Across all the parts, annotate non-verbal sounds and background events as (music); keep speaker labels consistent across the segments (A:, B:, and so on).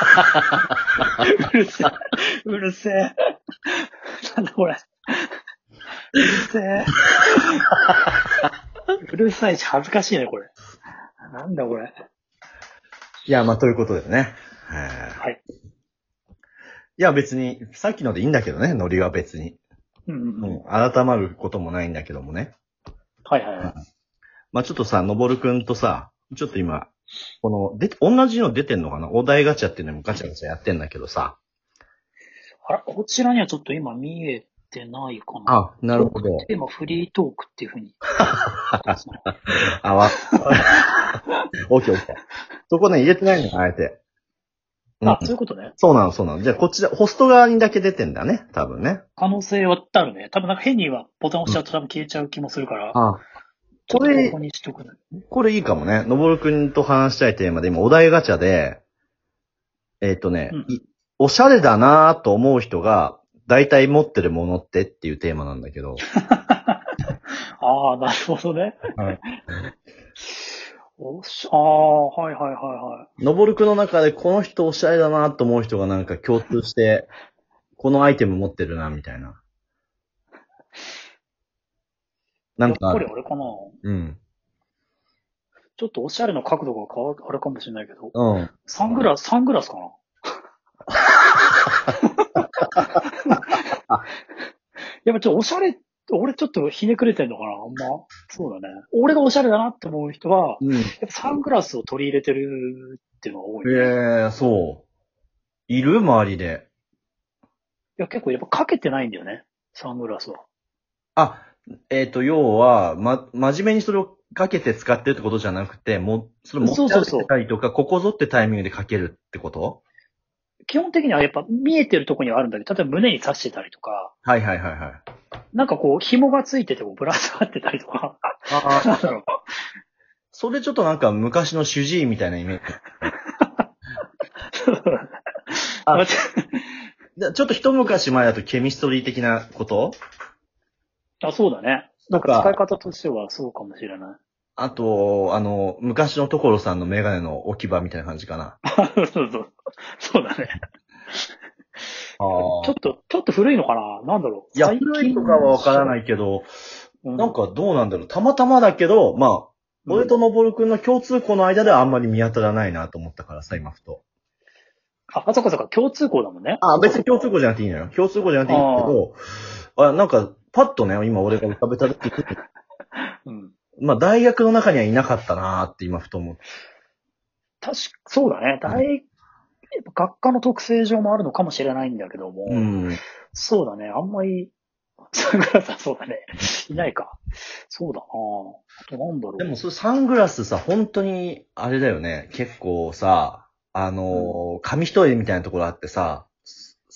A: うるせえ。うるせえ。なんだこれ。うるせえ。うるさいし恥ずかしいね、これ。なんだこれ。
B: いや、まあ、ということでね。は
A: はい。
B: いや、別に、さっきのでいいんだけどね、ノリは別に。
A: うんうん
B: う
A: うん。
B: ん、改まることもないんだけどもね。
A: はいはいはい。
B: まあ、ちょっとさ、のぼるくんとさ、ちょっと今、この、で、同じの出てんのかなお題ガチャっていうのもガチャガチャやってんだけどさ。
A: あら、こちらにはちょっと今見えてないかな。
B: あ、なるほど。
A: テーマフリートークっていう
B: (laughs)
A: ふうに。
B: あ、わ、 (laughs) オッケーオッケー。そこね、入れてないのよあえて。うん
A: あ、そういうことね。
B: そうなの、そうなの。じゃあ、こっちら、ホスト側にだけ出てんだね、多分ね。
A: 可能性はあるね。多分なんか変にはボタン押しちゃうと多分消えちゃう気もするから。
B: あ
A: ちょっと
B: これ
A: ここにしとくね。
B: これいいかもね。のぼるくんと話したいテーマで、今、お題ガチャで、えっ、とね、
A: うん
B: いおしゃれだなぁと思う人が、大体持ってるものってっていうテーマなんだ
A: (laughs)
B: けど。
A: ああ、なるほどね。
B: はい。
A: おし、ああ、はいはいはいはい。
B: のぼるくんの中で、この人おしゃれだなぁと思う人がなんか共通して、このアイテム持ってるな、みたいな。なんか
A: やっ
B: あ
A: ぱり
B: る、
A: あれかな。
B: うん。
A: ちょっとおしゃれの角度が変わる、あれかもしれないけど。
B: うん。
A: サングラス、サングラスかな (laughs) やっぱちょっとおしゃれ、俺ちょっとひねくれてんのかなあんま。そうだね。俺がおしゃれだなって思う人は、
B: うん。
A: やっぱサングラスを取り入れてるっていうのが多い、ね。い
B: ええそう。いる周りで。
A: や、結構やっぱかけてないんだよね。サングラスは。
B: あ、えっ、と、要は、ま、真面目にそれをかけて使ってるってことじゃなくて、も、それ持って
A: そうそうそう
B: 歩いたりとか、ここぞってタイミングでかけるってこと
A: 基本的にはやっぱ見えてるとこにはあるんだけど、例えば胸に刺してたりとか、
B: はいはいはい
A: (laughs)
B: はい。
A: なんかこう紐がついててこうぶら下がってたりとか、 (laughs)
B: ああ、
A: なんだろう。
B: それちょっとなんか昔の主治医みたいなイメージ。あでちょっと一昔前だとケミストリー的なこと
A: (laughs) あ、そうだね。
B: と
A: 使い
B: か、
A: 方としてはそうかもしれない。
B: あと、あの、昔の所さんのメガネの置き場みたいな感じかな。
A: そうそう。そうだね。
B: あー
A: ちょっと、ちょっと古いのかななんだろう。
B: いや、古いとかはわからないけど、
A: うん。
B: なんかどうなんだろう。たまたまだけど、まあ、
A: うん
B: 俺とのぼるくんの共通項の間ではあんまり見当たらないなと思ったからさ、今ふと。
A: あ、あそっかそっか、共通項だもんね。
B: あ、別に共通項じゃなくていいのよ。共通項じゃなくていいんだけど、あなんか、パッとね、今俺が浮かべた時、
A: うん。
B: まあ大学の中にはいなかったなーって今ふと思って。
A: 確か、そうだね。大、やっぱ学科の特性上もあるのかもしれないんだけども。
B: うん。
A: そうだね。あんまり、 (laughs) サングラスはそうだね。いないか。そうだなあとなんだろう。
B: でもそれサングラスさ、本当に、あれだよね。結構さ、あのー紙一重みたいなところあってさ、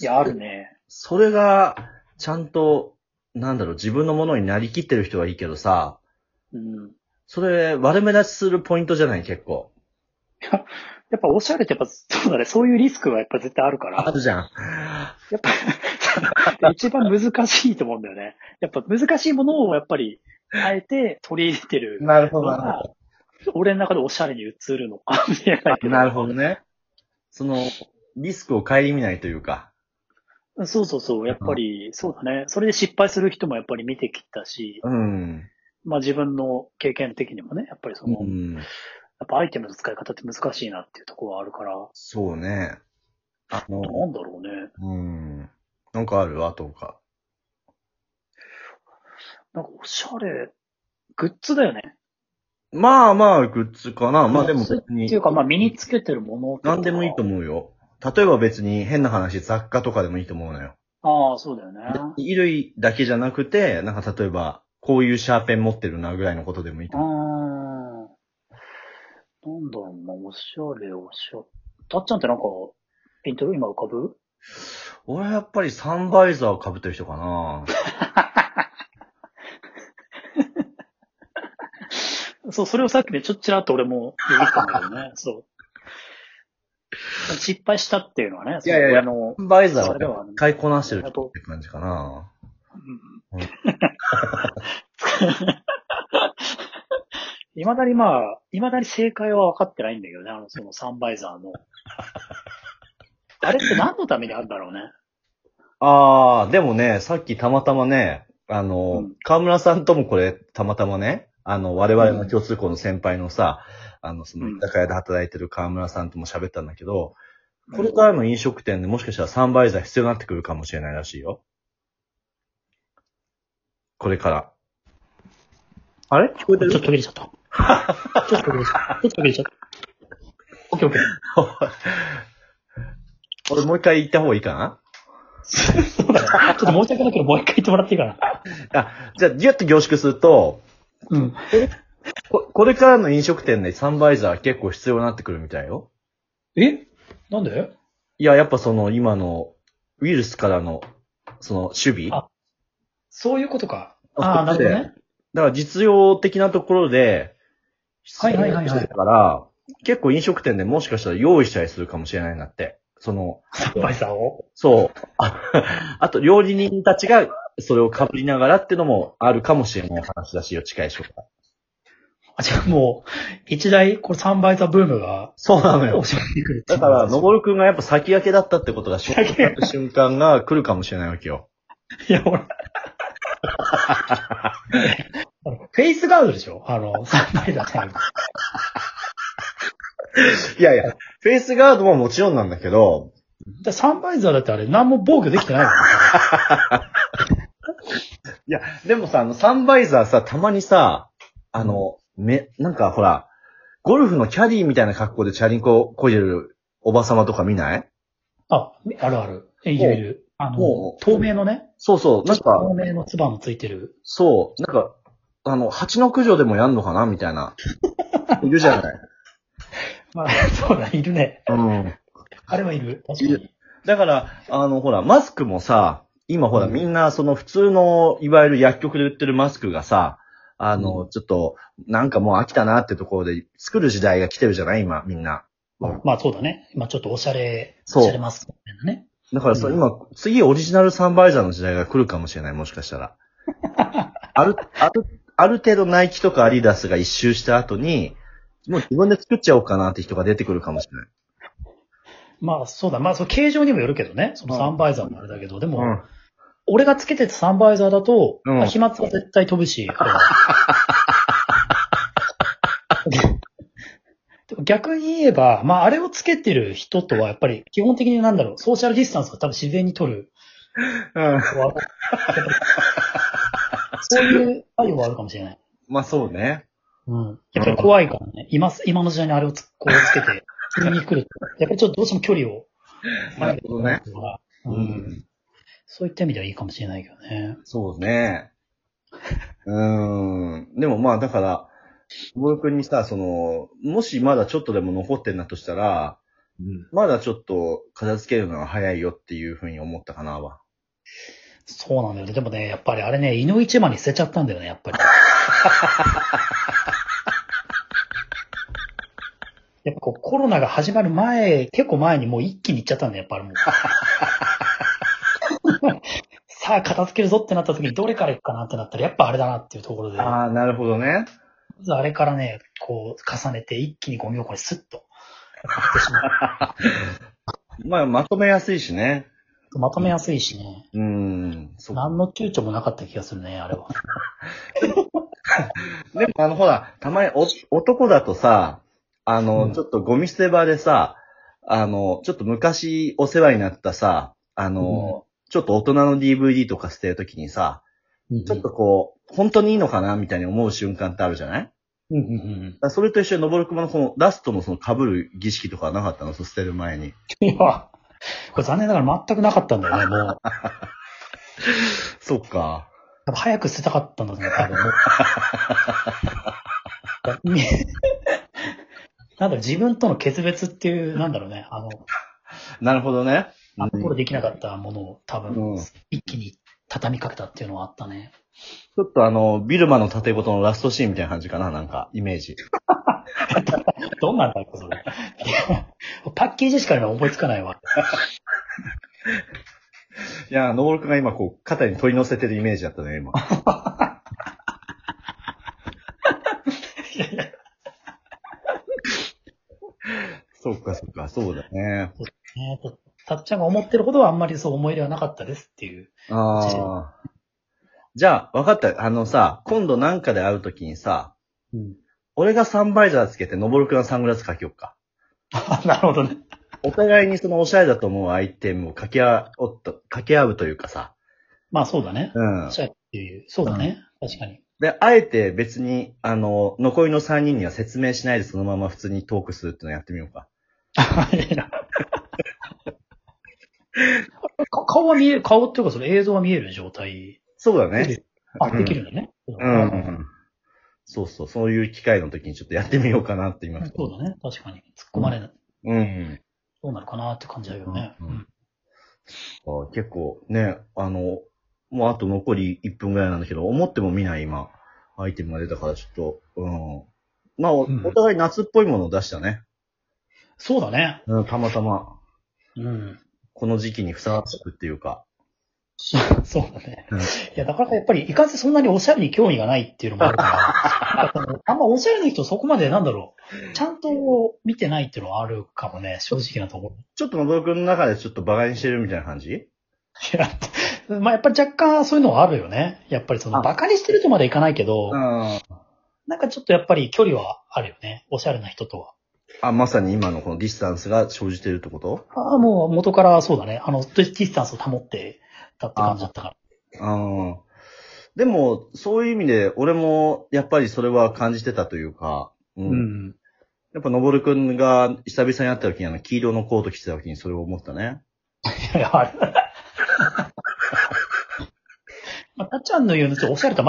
A: いや、あるね。
B: それが、ちゃんと、なんだろう、自分のものになりきってる人はいいけどさ、
A: うん。
B: それ、悪目立ちするポイントじゃない結構。
A: やっぱおしゃれってやっぱ、そうだね。そういうリスクはやっぱ絶対あるから。
B: あるじゃん。
A: やっぱ、 (laughs) 一番難しいと思うんだよね。やっぱ難しいものをやっぱり、あえて取り入れてる。
B: なるほ
A: まあ俺の中でおしゃれに映るのか (laughs) もしれないけど。
B: なるほどね。その、リスクを顧みないというか。
A: そうそうそう。やっぱり、そうだね。それで失敗する人もやっぱり見てきたし、
B: うん。
A: まあ自分の経験的にもね、やっぱりその、
B: う
A: や
B: ん。
A: っぱアイテムの使い方って難しいなっていうところはあるから、
B: そうね。あの、
A: なんだろうね。
B: うん。なんかあるあとか。
A: なんかおしゃれ、グッズだよね。
B: まあまあ、グッズかな。まあでも別
A: ってい
B: に
A: う、かまあ身につけてるものってことか
B: 何でもいいと思うよ。例えば別に変な話、雑貨とかでもいいと思うのよ。
A: ああ、そうだよね。
B: 衣類だけじゃなくて、なんか例えば、こういうシャーペン持ってるなぐらいのことでもいいと
A: う
B: 思う。
A: ーん。なんだろうな、おしゃれ、おしゃれ。たっちゃんってなんか、ピント今浮かぶ
B: 俺はやっぱりサンバイザーを被ってる人かな。
A: そう、それをさっきね、ちょっとちらっと俺も言ったんだけどね、そう。失敗したっていうのはね、
B: いやいやいや
A: その
B: サンバイザ
A: それで
B: ー
A: は
B: を使いこなしてる人って感じかな。
A: うん (laughs) いまだにまあ、いまだに正解は分かってないんだけどね、あの、そのサンバイザーの。
C: あれって何のためにあるんだろうね。
B: あー、でもね、さっきたまたまね、あの、
C: うん
B: 河村さんともこれ、たまたまね、あの、我々の共通項の先輩のさ、あの、その、
C: うん
B: 居酒屋で働いてる河村さんとも喋ったんだけど、これ
C: うん
B: からの飲食店でもしかしたらサンバイザー必要になってくるかもしれないらしいよ。これから。あれ聞こえて
A: ちょっと
B: る
A: 途切れちゃった。ちょっと途切れちゃった。ちょっと途切れちゃった。オッケーオッケー。
B: 俺もう一回行った方がいいかな
A: そうだなちょっと申し訳ないけど、もう一回言ってもらっていいかな。
B: あ、じゃあギュッと凝縮すると、
A: うん。
B: ここれからの飲食店でサンバイザー結構必要になってくるみたいよ。
A: えなんで
B: いや、やっぱその今のウイルスからのその守備
A: あそういうことか。
B: あ
A: ああ、なるほどね。
B: だから実用的なところで、
A: はいはいはいはい
B: 必要になってきてるから、結構飲食店でもしかしたら用意したりするかもしれないなって。その、
A: サンバイザーを。
B: そう。あ (laughs) あと、料理人たちがそれを被りながらっていうのもあるかもしれない話だしよ、近い将来。
A: あ、じゃあもう、一大、これサンバイザーブームが、
B: そうなのよ
A: 教。えてくるってい
B: だ
A: う
B: から、のぼるくんがやっぱ先駆けだったってこと
A: (laughs)
B: が、瞬
A: 先駆
B: 間が来るかもしれないわけよ。
A: いや、ほら。あのフェイスガードでしょあの、サンバイザーってのはい
B: やいや、フェイスガードももちろんなんだけど、 (laughs)
A: だサンバイザーだってあれ、何も防御できてないもん
B: いや、でもさ、あの、サンバイザーさ、たまにさ、あの、め、なんかほら、ゴルフのキャディーみたいな格好でチャリンコこいでるおばさまとか見ない
A: あ、あるある。いるいる。あ
B: も
A: の、
B: う
A: 透明のね。
B: そうそう、なんか、
A: 透明のツバのついてる。
B: そう、なんか、あの、八の九条でもやんのかなみたい (laughs) な。いるじゃない。
A: まあ、 (laughs) そうだ、いるね。
B: うん。
A: あれはいる。確
B: い
A: か
B: る
A: に。
B: だから、あの、ほら、マスクもさ、今ほら、
A: うん
B: みんな、その普通の、いわゆる薬局で売ってるマスクがさ、あの、ちょっと、なんかもう飽きたなってところで作る時代が来てるじゃない今、みんな。
A: まあ、そうだね。今ちょっとおしゃれ、
B: そう
A: おしゃれマスクみたいなね。
B: だからそう、
A: うん
B: 今、次オリジナルサンバイザーの時代が来るかもしれない、もしかし
A: (laughs)
B: たら。ある、ある、ある程度ナイキとかアリダスが一周した後に、もう自分で作っちゃおうかなって人が出てくるかもしれない。
A: まあ、そうだ。まあ、その形状にもよるけどね。その
B: うん
A: サンバイザーもあれだけど、でも、俺がつけてたサンバイザーだと、
B: うん
A: まあ飛沫は絶対飛ぶ
B: (laughs)
A: し。これでも逆に言えば、まあ、あれをつけてる人とは、やっぱり、基本的になんだろう、ソーシャルディスタンスを多分自然に取る
B: (laughs) うん。うん。
A: そういう作用はあるかもしれない。
B: まあそうね。
A: うん。やっぱり怖いからね。今す、今の時代にあれをつ、こうつけて、急に来ると。やっぱりちょっとどうしても距離を。
B: なるほどね。
A: うん。そういった意味ではいいかもしれないけどね。
B: そうね。うーん。でもまあだから、ボル君にさ、その、もしまだちょっとでも残ってんだとしたら、まだちょっと片付けるのは早いよっていうふうに思ったかなは。
A: そうなんだよね。でもね、やっぱりあれね、井の一番に捨てちゃったんだよね、やっ
B: (laughs)
A: ぱり。やっぱこう、コロナが始まる前、結構前にもう一気に行っちゃったんだよ、やっぱりも
B: (laughs)
A: う。さあ、片付けるぞってなった時にどれから行くかなってなったら、やっぱあれだなっていうところで、ま
B: ああ、なるほどね。
A: ずあれからね、こう、重ねて一気にゴミ箱にスッと。やってしまう
B: まあ、まとめやすいしね。
A: まとめやすいしね。
B: うーん。そう
A: 何の躊躇もなかった気がするね、あれは。
B: でも、あの、ほら、たまにお、男だとさ、あの、
A: うん
B: ちょっとゴミ捨て場でさ、あの、ちょっと昔お世話になったさ、あの、ちょっと大人の DVD とか捨てるときにさ、ちょっとこう、本当にいいのかなみたいに思う瞬間ってあるじゃないだか
A: うんうんうん
B: らそれと一緒に、のぼるくまのこのラストのその被る儀式とかはなかったのそう捨てる前に。
A: うん。いや、これ残念ながら全くなかったんだよね、もう。
B: そっか。
A: 多分早く捨てたかったんだと思う、多分もう。なんだろう、自分との決別っていう、なんだろうね、あの、
B: なるほどね。
A: あの頃できなかったものを多分、
B: うん
A: 一気に畳みかけたっていうのはあったね。
B: ちょっとあの、ビルマの縦ごとのラストシーンみたいな感じかななんか、イメージ。
A: どんなんだっけ、それ。 (laughs) いやパッケージしか今思いつかないわ。
B: いやー、のぼるくんが今こう、肩に取り乗せてるイメージだったね、今。 (laughs) そうか、そうか、そうだ
A: ね、
B: ね。
A: たっちゃんが思ってるほどはあんまりそう思い入れはなかったですっていう。
B: ああ。じゃあ、わかった。あのさ、今度なんかで会うときにさ、
A: うん。
B: 俺がサンバイザーつけて、のぼるくんはサングラスかけよっか。
A: あ (laughs) なるほどね。
B: お互いにそのおしゃれだと思うアイテムを掛け合う、掛け合うというかさ。
A: まあそうだね。
B: うん。
A: そうやっていう。そうだね。確かに。
B: で、あえて別に、あの、残りの3人には説明しないでそのまま普通にトークするってのやってみようか。
A: (laughs) いいなか顔は見える、顔っていうかその映像は見える状態。
B: そうだね。
A: あ、できるんだね。
B: うん。そうそう、そういう機会の時にちょっとやってみようかなって今。
A: そうだね。確かに。突っ込まれない。
B: うん。
A: どうなるかなって感じだよね。
B: うんあ結構ね、あの、もうあと残り1分ぐらいなんだけど、思っても見ない今、アイテムが出たからちょっと、うん。まあ、お
A: うん
B: お互い夏っぽいものを出したね。
A: そうだね。
B: うん、たまたま、
A: うん。 (laughs)
B: この時期にふさわしくっていうか。
A: そうだね
B: うん。
A: いや、なかなかやっぱり、いかんせんそんなにおしゃれに興味がないっていうのもある
B: (laughs)
A: から、なんかあんまおしゃれな人そこまでなんだろう、ちゃんと見てないっていうのはあるかもね、正直なところ。
B: ちょっと僕の中でちょっと馬鹿にしてるみたいな感じ
A: いや、まあやっぱり若干そういうのはあるよね。やっぱりその、
B: あ
A: バカにしてるとまでいかないけど、
B: あ
A: なんかちょっとやっぱり距離はあるよね、おしゃれな人とは。
B: あ、まさに今のこのディスタンスが生じてるってこと
A: ああ、もう元からそうだね、あの、ディスタンスを保ってたって感じだったから。
B: うん。でも、そういう意味で、俺も、やっぱりそれは感じてたというか、う
A: う。ん。 (laughs)
B: やっぱ、のぼるくんが久々に会った時に、あの、黄色のコート着てた時にそれを思ったね。
A: いや、あれ。まあ、たっちゃんの言うのちょっとおしゃれとは